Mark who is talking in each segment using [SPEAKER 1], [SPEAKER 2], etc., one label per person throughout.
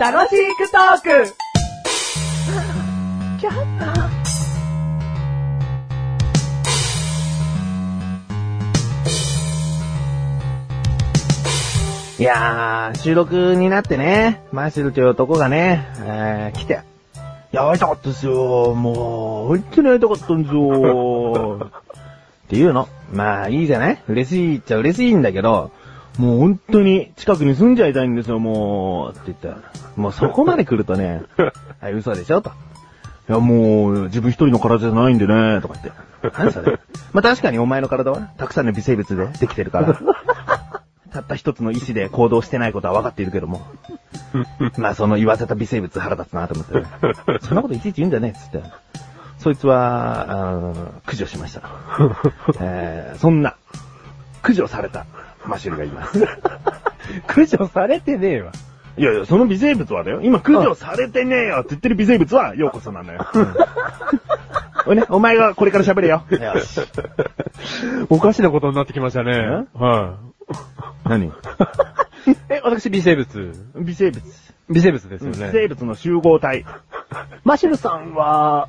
[SPEAKER 1] 楽しくトーク
[SPEAKER 2] いやー、収録になってね、マシルという男がね、えー、来て、いや、会いたかったですよ、もう、本当に会いたかったんですよ、っていうの。まあ、いいじゃない嬉しいっちゃ嬉しいんだけど、もう本当に近くに住んじゃいたいんですよ、もう、って言ったら、もうそこまで来るとね、はい、嘘でしょ、と。いや、もう、自分一人の体じゃないんでね、とか言って。何それ。まあ、確かにお前の体はね、たくさんの微生物でできてるから。たった一つの意思で行動してないことは分かっているけ ども。まあ、その言わせた微生物腹立つなと思ってね。そんなこといちいち言うんじゃねえ、つって。そいつは、あー駆除し ました。えー、そんな、駆除された、マシュルがいます。
[SPEAKER 3] 駆除されてねえわ。
[SPEAKER 2] いやいや、その微生物はだよ。今、駆除されてねえよって言ってる微生物は、ようこそなの よ。おいね、お前がこれから喋れよ。よし。
[SPEAKER 3] おかしなことになってきましたね。
[SPEAKER 2] え
[SPEAKER 3] は
[SPEAKER 2] 何
[SPEAKER 3] い。え、私、微生物。
[SPEAKER 2] 微生物。
[SPEAKER 3] 微生物ですよ
[SPEAKER 2] 微
[SPEAKER 3] ね。
[SPEAKER 2] 生物の集合体。
[SPEAKER 3] マシルさんは、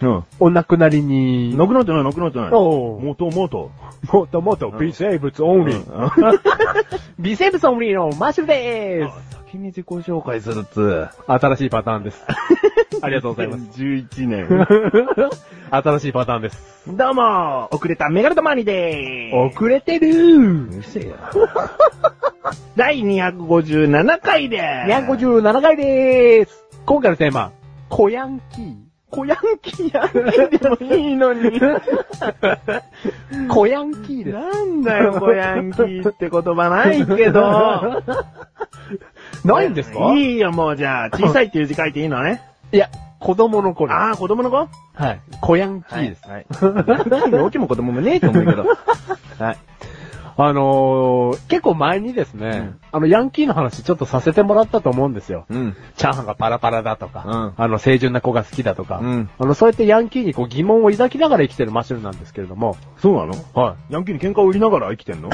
[SPEAKER 2] うん。
[SPEAKER 3] お亡くなりに、
[SPEAKER 2] なくなってない、なくなってない。
[SPEAKER 3] おう
[SPEAKER 2] もともと。
[SPEAKER 3] もともと微生物オンリー。微生物オンリーのマシルで
[SPEAKER 2] あ先に自己紹介するっつ。
[SPEAKER 3] す。新しいパターン です。ありがとうございます。
[SPEAKER 2] 11年。
[SPEAKER 3] 新しいパターンです。
[SPEAKER 2] どうも遅れたメガネとマニでーす
[SPEAKER 3] 遅れてるー。
[SPEAKER 2] うるせえよ。第257回でーす。
[SPEAKER 3] 257回でーす。今回のテーマ、コヤンキー。
[SPEAKER 2] 小ヤンキーヤンキーでもいいのに。
[SPEAKER 3] コヤンキーで
[SPEAKER 2] なんだよ、小ヤンキーって言葉ないけど。
[SPEAKER 3] す。 ないんですかい
[SPEAKER 2] いいよ、もうじ ゃあ、小さいっていう字書いていいのね。
[SPEAKER 3] や、子供の頃。
[SPEAKER 2] あー、子供の子
[SPEAKER 3] はい。コヤンキーです。
[SPEAKER 2] はい。大きも子供もねえと思うけど。はい。
[SPEAKER 3] あのー、結構前にですね、
[SPEAKER 2] ん
[SPEAKER 3] あの、ヤンキーの話ちょっとさせてもらったと思うんですよ。
[SPEAKER 2] うん。
[SPEAKER 3] チャーハンがパラパラだとか、
[SPEAKER 2] う
[SPEAKER 3] あの、清純な子が好きだとか、
[SPEAKER 2] うん
[SPEAKER 3] あの、そうやってヤンキーにこう疑問を抱きながら生きてるマシュルなんですけれども、
[SPEAKER 2] そうなの
[SPEAKER 3] は
[SPEAKER 2] ヤンキーに喧嘩を売りながら生きてんの
[SPEAKER 3] い。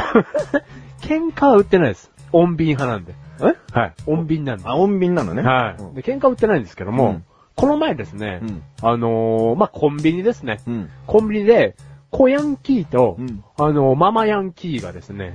[SPEAKER 3] 喧嘩は売ってないです。穏便派なんで。
[SPEAKER 2] え
[SPEAKER 3] はい。穏便なんで。
[SPEAKER 2] あ、穏便なのね。
[SPEAKER 3] はい、
[SPEAKER 2] うん
[SPEAKER 3] で、喧嘩は売ってないんですけども、
[SPEAKER 2] うん
[SPEAKER 3] この前ですね、
[SPEAKER 2] うん
[SPEAKER 3] あのー、まあ、コンビニですね。
[SPEAKER 2] うん。
[SPEAKER 3] コンビニで、子ヤンキーと、
[SPEAKER 2] うん
[SPEAKER 3] あのー、ママヤンキーがですね、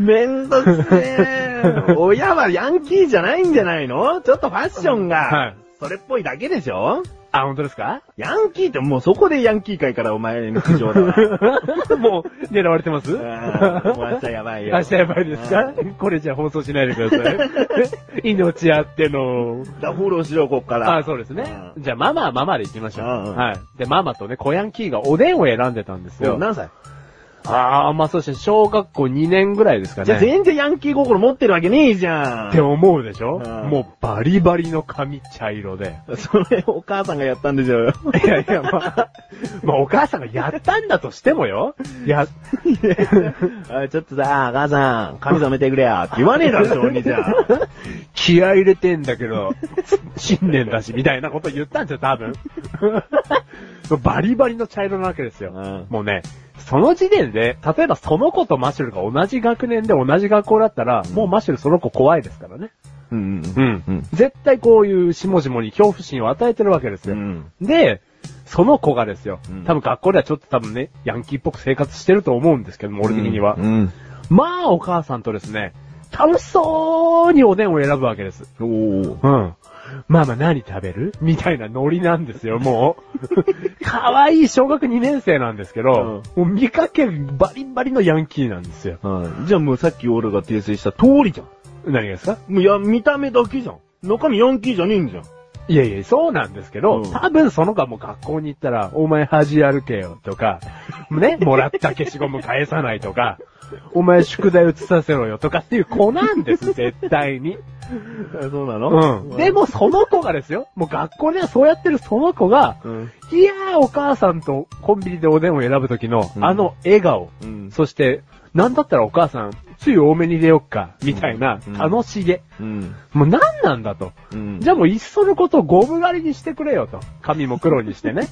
[SPEAKER 2] めんどくせえ。 親はヤンキーじゃないんじゃないのちょっとファッション
[SPEAKER 3] は
[SPEAKER 2] が
[SPEAKER 3] い、
[SPEAKER 2] それっぽいだけでしょ
[SPEAKER 3] あ、本当ですか
[SPEAKER 2] ヤンキーってもうそこでヤンキー界からお前の苦情だ わ。
[SPEAKER 3] もう、狙われてます
[SPEAKER 2] うんもう明日やばいよ。
[SPEAKER 3] 明日やばいです
[SPEAKER 2] う
[SPEAKER 3] か
[SPEAKER 2] ん
[SPEAKER 3] これじゃ放送しないでく ださい。命あっての。
[SPEAKER 2] だ、フォローしよう、こっから。
[SPEAKER 3] あ、そうですね。
[SPEAKER 2] う
[SPEAKER 3] じゃあ、ママはママで行きましょう。
[SPEAKER 2] うんうん
[SPEAKER 3] はい。で、ママとね、小ヤンキーがおでんを選んでたんです
[SPEAKER 2] も
[SPEAKER 3] よ
[SPEAKER 2] う。何歳
[SPEAKER 3] ああ、まあそうですね、小学校2年ぐらいですかね。
[SPEAKER 2] じゃあ全然ヤンキー心持ってるわけねえじゃん。
[SPEAKER 3] って思うでしょ、
[SPEAKER 2] うん
[SPEAKER 3] もうバリバリの髪茶色で。
[SPEAKER 2] それお母さんがやったんでしょうよ。
[SPEAKER 3] いやいや、まあ、 まあお母さんがやったんだとしてもよ。いや、
[SPEAKER 2] あちょっとさ、母さん、髪染めてくれよって言わねえだろ、小児じゃ ん。
[SPEAKER 3] 気合入れてんだけど、新年だし、みたいなこと言ったんじゃ、多分。 バリバリの茶色なわけですよ。
[SPEAKER 2] うん
[SPEAKER 3] もうね、その時点で、例えばその子とマシュルが同じ学年で同じ学校だったら、もうマシュルその子怖いですからね。
[SPEAKER 2] うんうん
[SPEAKER 3] 絶対こういうしもじもに恐怖心を与えてるわけで
[SPEAKER 2] う
[SPEAKER 3] すよ。
[SPEAKER 2] ん。
[SPEAKER 3] で、その子がですよ
[SPEAKER 2] うん。
[SPEAKER 3] 多分学校ではちょっと多分ね、ヤンキーっぽく生活してると思うんですけども、俺的には。
[SPEAKER 2] うん。
[SPEAKER 3] まあ、お母さんとですね、楽しそうにおでんを選ぶわけです。
[SPEAKER 2] おー。
[SPEAKER 3] うん。まあまあ何食べるみたいなノリなんですよ、も う。可愛い小学2年生なんですけど、もう見かけバリバリのヤンキーなんですよ。
[SPEAKER 2] はい。じゃあもうさっき俺が訂正した通りじゃん。
[SPEAKER 3] 何がですか
[SPEAKER 2] もうや、見た目だけじゃん。中身ヤンキーじゃねえんじゃん。
[SPEAKER 3] いやいや、そうなんですけ
[SPEAKER 2] う
[SPEAKER 3] ど、
[SPEAKER 2] ん
[SPEAKER 3] 多分その子はもう学校に行ったら、お前恥やるけよとか、ね、もらった消しゴム返さないとか、お前宿題移させろよとかっていう子なんです、絶対に。
[SPEAKER 2] そうな
[SPEAKER 3] うん。で
[SPEAKER 2] でも、
[SPEAKER 3] もその子がですよ、もう学校ではそうやってるその子が、
[SPEAKER 2] うん。
[SPEAKER 3] いやー、お母さんとコンビニでおでんを選ぶ時の、
[SPEAKER 2] うん
[SPEAKER 3] あの笑顔、
[SPEAKER 2] うん
[SPEAKER 3] そして、なんだったらお母さん、つい多めに入れよっか、みたいな
[SPEAKER 2] うん、
[SPEAKER 3] 楽しげ。
[SPEAKER 2] うん。
[SPEAKER 3] もう何なんだと。
[SPEAKER 2] うん
[SPEAKER 3] じゃあもういっそのことをゴム狩りにしてくれよと。髪も黒にして ね。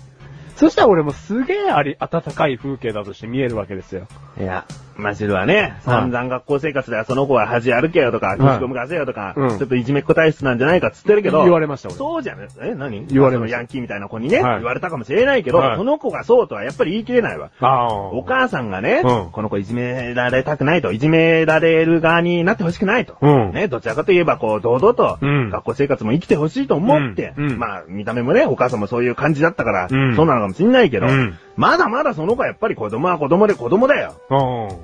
[SPEAKER 3] そしたら俺もすげえあり、暖かい風景だとして見えるわけですよ。
[SPEAKER 2] いや、マシルはね、散々学校生活ではその子は恥歩けよとか、消しゴム出せよとか、
[SPEAKER 3] うん
[SPEAKER 2] ちょっといじめっ子体質なんじゃないかっつってるけど、
[SPEAKER 3] 言われました俺
[SPEAKER 2] そうじゃねえ、何
[SPEAKER 3] 言われまし
[SPEAKER 2] そ
[SPEAKER 3] た
[SPEAKER 2] のヤンキーみたいな子にね、
[SPEAKER 3] はい
[SPEAKER 2] 言われたかもしれないけど、
[SPEAKER 3] はい
[SPEAKER 2] その子がそうとはやっぱり言い切れないわ。
[SPEAKER 3] ああ。
[SPEAKER 2] お母さんがね、
[SPEAKER 3] うん
[SPEAKER 2] この子いじめられたくないと、いじめられる側になってほしくないと、
[SPEAKER 3] うん
[SPEAKER 2] ね、どちらかといえばこう、堂々と、
[SPEAKER 3] うん
[SPEAKER 2] 学校生活も生きてほしいと思って、
[SPEAKER 3] うんうん
[SPEAKER 2] まあ、見た目もね、お母さんもそういう感じだったから、
[SPEAKER 3] うん
[SPEAKER 2] そうなのかもしんないけど、
[SPEAKER 3] うん
[SPEAKER 2] まだまだその子はやっぱり子供は子供で子供だよ。
[SPEAKER 3] うん。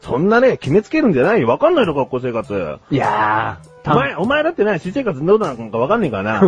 [SPEAKER 2] そんなね、決めつけるんじゃないよ。わかんないの、学校生活。
[SPEAKER 3] いや
[SPEAKER 2] お前、お前だってな、私生活どうなのかわかんねえ からな。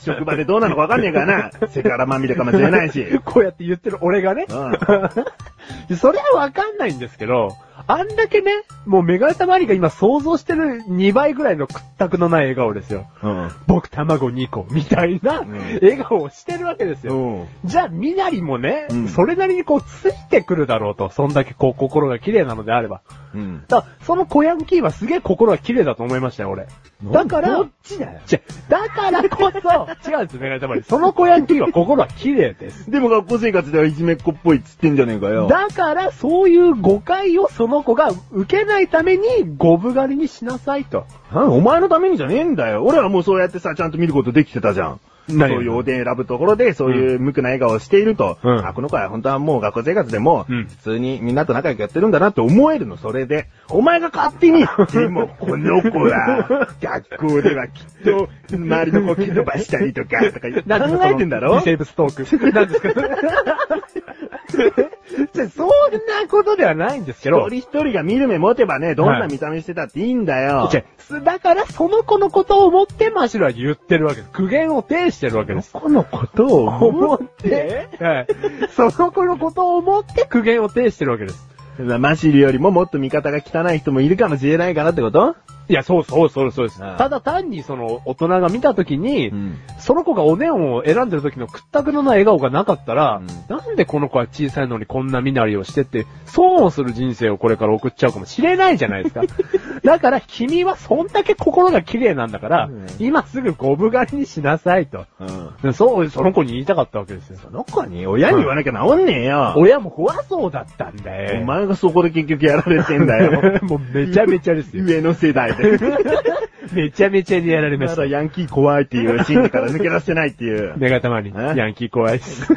[SPEAKER 2] 職場でどうなのかわかんねえからな。セクハラまみれかもしれない し。
[SPEAKER 3] ー、こうやって言ってる俺がね。それはわかんないんですけど、あんだけね、もうメガネたまりが今想像してる2倍ぐらいの屈託のない笑顔ですよ。
[SPEAKER 2] うん。
[SPEAKER 3] 僕卵2個みたいな
[SPEAKER 2] うん
[SPEAKER 3] 笑顔をしてるわけですよ。
[SPEAKER 2] うん。
[SPEAKER 3] じゃあ、みなりもね、
[SPEAKER 2] うん
[SPEAKER 3] それなりにこう、ついてくるだろうと。そんだけこう、心が綺麗なのであれば。
[SPEAKER 2] うん。
[SPEAKER 3] だからその小ヤンキーはすげえ心が綺麗だと思いましたよ、俺。だから、
[SPEAKER 2] どっちだよ。
[SPEAKER 3] 違うだからこそ、 違うんですよ、メガネたまり。その小ヤンキーは心は綺麗です。
[SPEAKER 2] でも学校生活ではいじめっ子っぽいっつってんじゃねえかよ。
[SPEAKER 3] だから、そういう誤解をその子が受けないために、ゴブ狩りにしなさいと。
[SPEAKER 2] なんお前のためにじゃねえんだよ。俺はもうそうやってさ、ちゃんと見ることできてたじゃん。そう
[SPEAKER 3] 何
[SPEAKER 2] いうおでん選ぶところで、そういう無垢な笑顔をしていると、
[SPEAKER 3] うん
[SPEAKER 2] あ、この子は本当はもう学校生活でも、
[SPEAKER 3] うん
[SPEAKER 2] 普通にみんなと仲良くやってるんだなって思えるの、それで。お前が勝手に、でもこの子 は、学校ではきっと、周りの子を蹴飛ばしたりとか、とか言って
[SPEAKER 3] なんです
[SPEAKER 2] 考
[SPEAKER 3] か
[SPEAKER 2] えてんだろ
[SPEAKER 3] 微生物トーク。なんですかじゃあ そんなことではないんですけ
[SPEAKER 2] 一
[SPEAKER 3] ど
[SPEAKER 2] 人、一人が見る目持てばね、どんな見た目してたっていいんだよ。
[SPEAKER 3] 違うすだから、その子のことを思って、マシュラは言ってるわけです。苦言を呈してるわけです。
[SPEAKER 2] このことを
[SPEAKER 3] 思って、はい。その子のことを思って苦言を呈してるわけです。
[SPEAKER 2] マシルよりももっと味方が汚い人もいるかもしれないからってこと
[SPEAKER 3] いや、そうそうそうそうです。
[SPEAKER 2] ああ
[SPEAKER 3] ただ単にその大人が見たときに、
[SPEAKER 2] ん。
[SPEAKER 3] その子がおねんを選んでる時の屈託のない笑顔がなかったら、
[SPEAKER 2] うん
[SPEAKER 3] なんでこの子は小さいのにこんな身なりをしてって、損をする人生をこれから送っちゃうかもしれないじ ゃないですか。だから君はそんだけ心が綺麗なんだから、
[SPEAKER 2] うん
[SPEAKER 3] 今すぐゴブ狩りにしなさいと。
[SPEAKER 2] うん。
[SPEAKER 3] でそう、その子に言いたかったわけですよ。
[SPEAKER 2] その子に親に言わなきゃ治んねえよ。
[SPEAKER 3] 親も怖そうだったんだよ。
[SPEAKER 2] お前がそこで結局やられてんだよ。
[SPEAKER 3] もうめちゃめちゃ ですよ。
[SPEAKER 2] 上の世代で。
[SPEAKER 3] めちゃめちゃにやられま
[SPEAKER 2] ま
[SPEAKER 3] した
[SPEAKER 2] だ。ヤンキー怖いっていうシーンから抜け出してないっていう。
[SPEAKER 3] 目がたまに、
[SPEAKER 2] え
[SPEAKER 3] ヤンキー怖いです。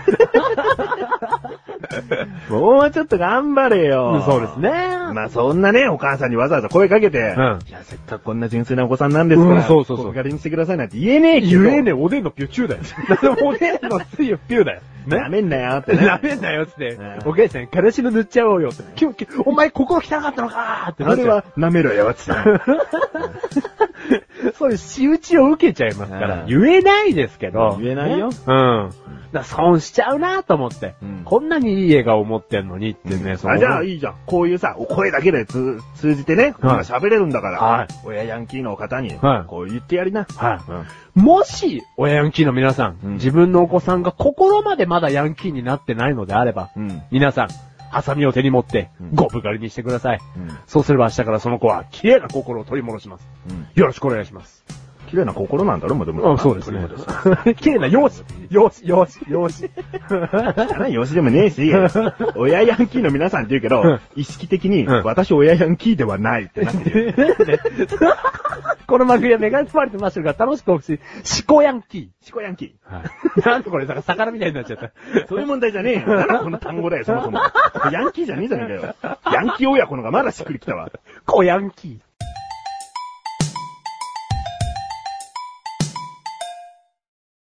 [SPEAKER 2] もうちょっと頑張れよ。
[SPEAKER 3] そうですね。
[SPEAKER 2] まあそんなね、お母さんにわざわざ声かけて、
[SPEAKER 3] ん
[SPEAKER 2] いや、せっかくこんな純粋なお子さんなんですから、
[SPEAKER 3] うんそうそうそう
[SPEAKER 2] お借りにしてくださいなんて言えねえけど。
[SPEAKER 3] ゆえね、おでんのピューチューだよ。 おでんのつゆピューだよ。
[SPEAKER 2] なめんなよってね。
[SPEAKER 3] なめんなよっつって
[SPEAKER 2] ね、
[SPEAKER 3] お母さん、からしの塗っちゃおうよって。今日、今日お前心汚かったのかーってな
[SPEAKER 2] あ
[SPEAKER 3] っちゃ
[SPEAKER 2] れ
[SPEAKER 3] う
[SPEAKER 2] は、舐めろよ、つって。
[SPEAKER 3] そういう仕打ちを受けちゃいますから、
[SPEAKER 2] うん
[SPEAKER 3] 言えないですけど。
[SPEAKER 2] 言えないよ
[SPEAKER 3] ねうん。だから損しちゃうなと思って、
[SPEAKER 2] うん
[SPEAKER 3] こんなにいい笑顔を持ってんのにってね、その
[SPEAKER 2] あ、じゃあいいじゃん。こういうさ、お声だけで通通じてね、今喋れるんだから、
[SPEAKER 3] はい
[SPEAKER 2] 親ヤンキーの方に
[SPEAKER 3] は、い
[SPEAKER 2] こう言ってやりな。
[SPEAKER 3] はい。もし、親ヤンキーの皆さん,、
[SPEAKER 2] うん
[SPEAKER 3] 自分のお子さんが心までまだヤンキーになってないのであれば、
[SPEAKER 2] うん。
[SPEAKER 3] 皆さん、ハサミを手に持って
[SPEAKER 2] うん、
[SPEAKER 3] ゴブ狩りにしてください。
[SPEAKER 2] うん。
[SPEAKER 3] そうすれば明日からその子は、綺麗な心を取り戻します。
[SPEAKER 2] うん。
[SPEAKER 3] よろしくお願いします。
[SPEAKER 2] 綺麗な心なんだろ、もうでも。
[SPEAKER 3] あ、そうですね
[SPEAKER 2] 取り戻す。
[SPEAKER 3] 綺麗な容姿、容姿、容姿、容姿。
[SPEAKER 2] 汚い様子でもねえし、 親ヤンキーの皆さんって言うけ
[SPEAKER 3] うん
[SPEAKER 2] ど、意識的に、
[SPEAKER 3] うん
[SPEAKER 2] 私親ヤンキーではないってなってる。
[SPEAKER 3] この番組はメガネスパリとマッシュルが楽しくおし、シコヤンキ
[SPEAKER 2] しこヤンキー。
[SPEAKER 3] ー。 なんでこれ、なんか魚みたいになっちゃ った。
[SPEAKER 2] そういう問題じゃねえよ。なんだこの単語だよ、そもそも。ヤンキーじゃねえじゃねえかよ。ヤンキー親子のがまだしっくりきたわ。
[SPEAKER 3] コヤンキ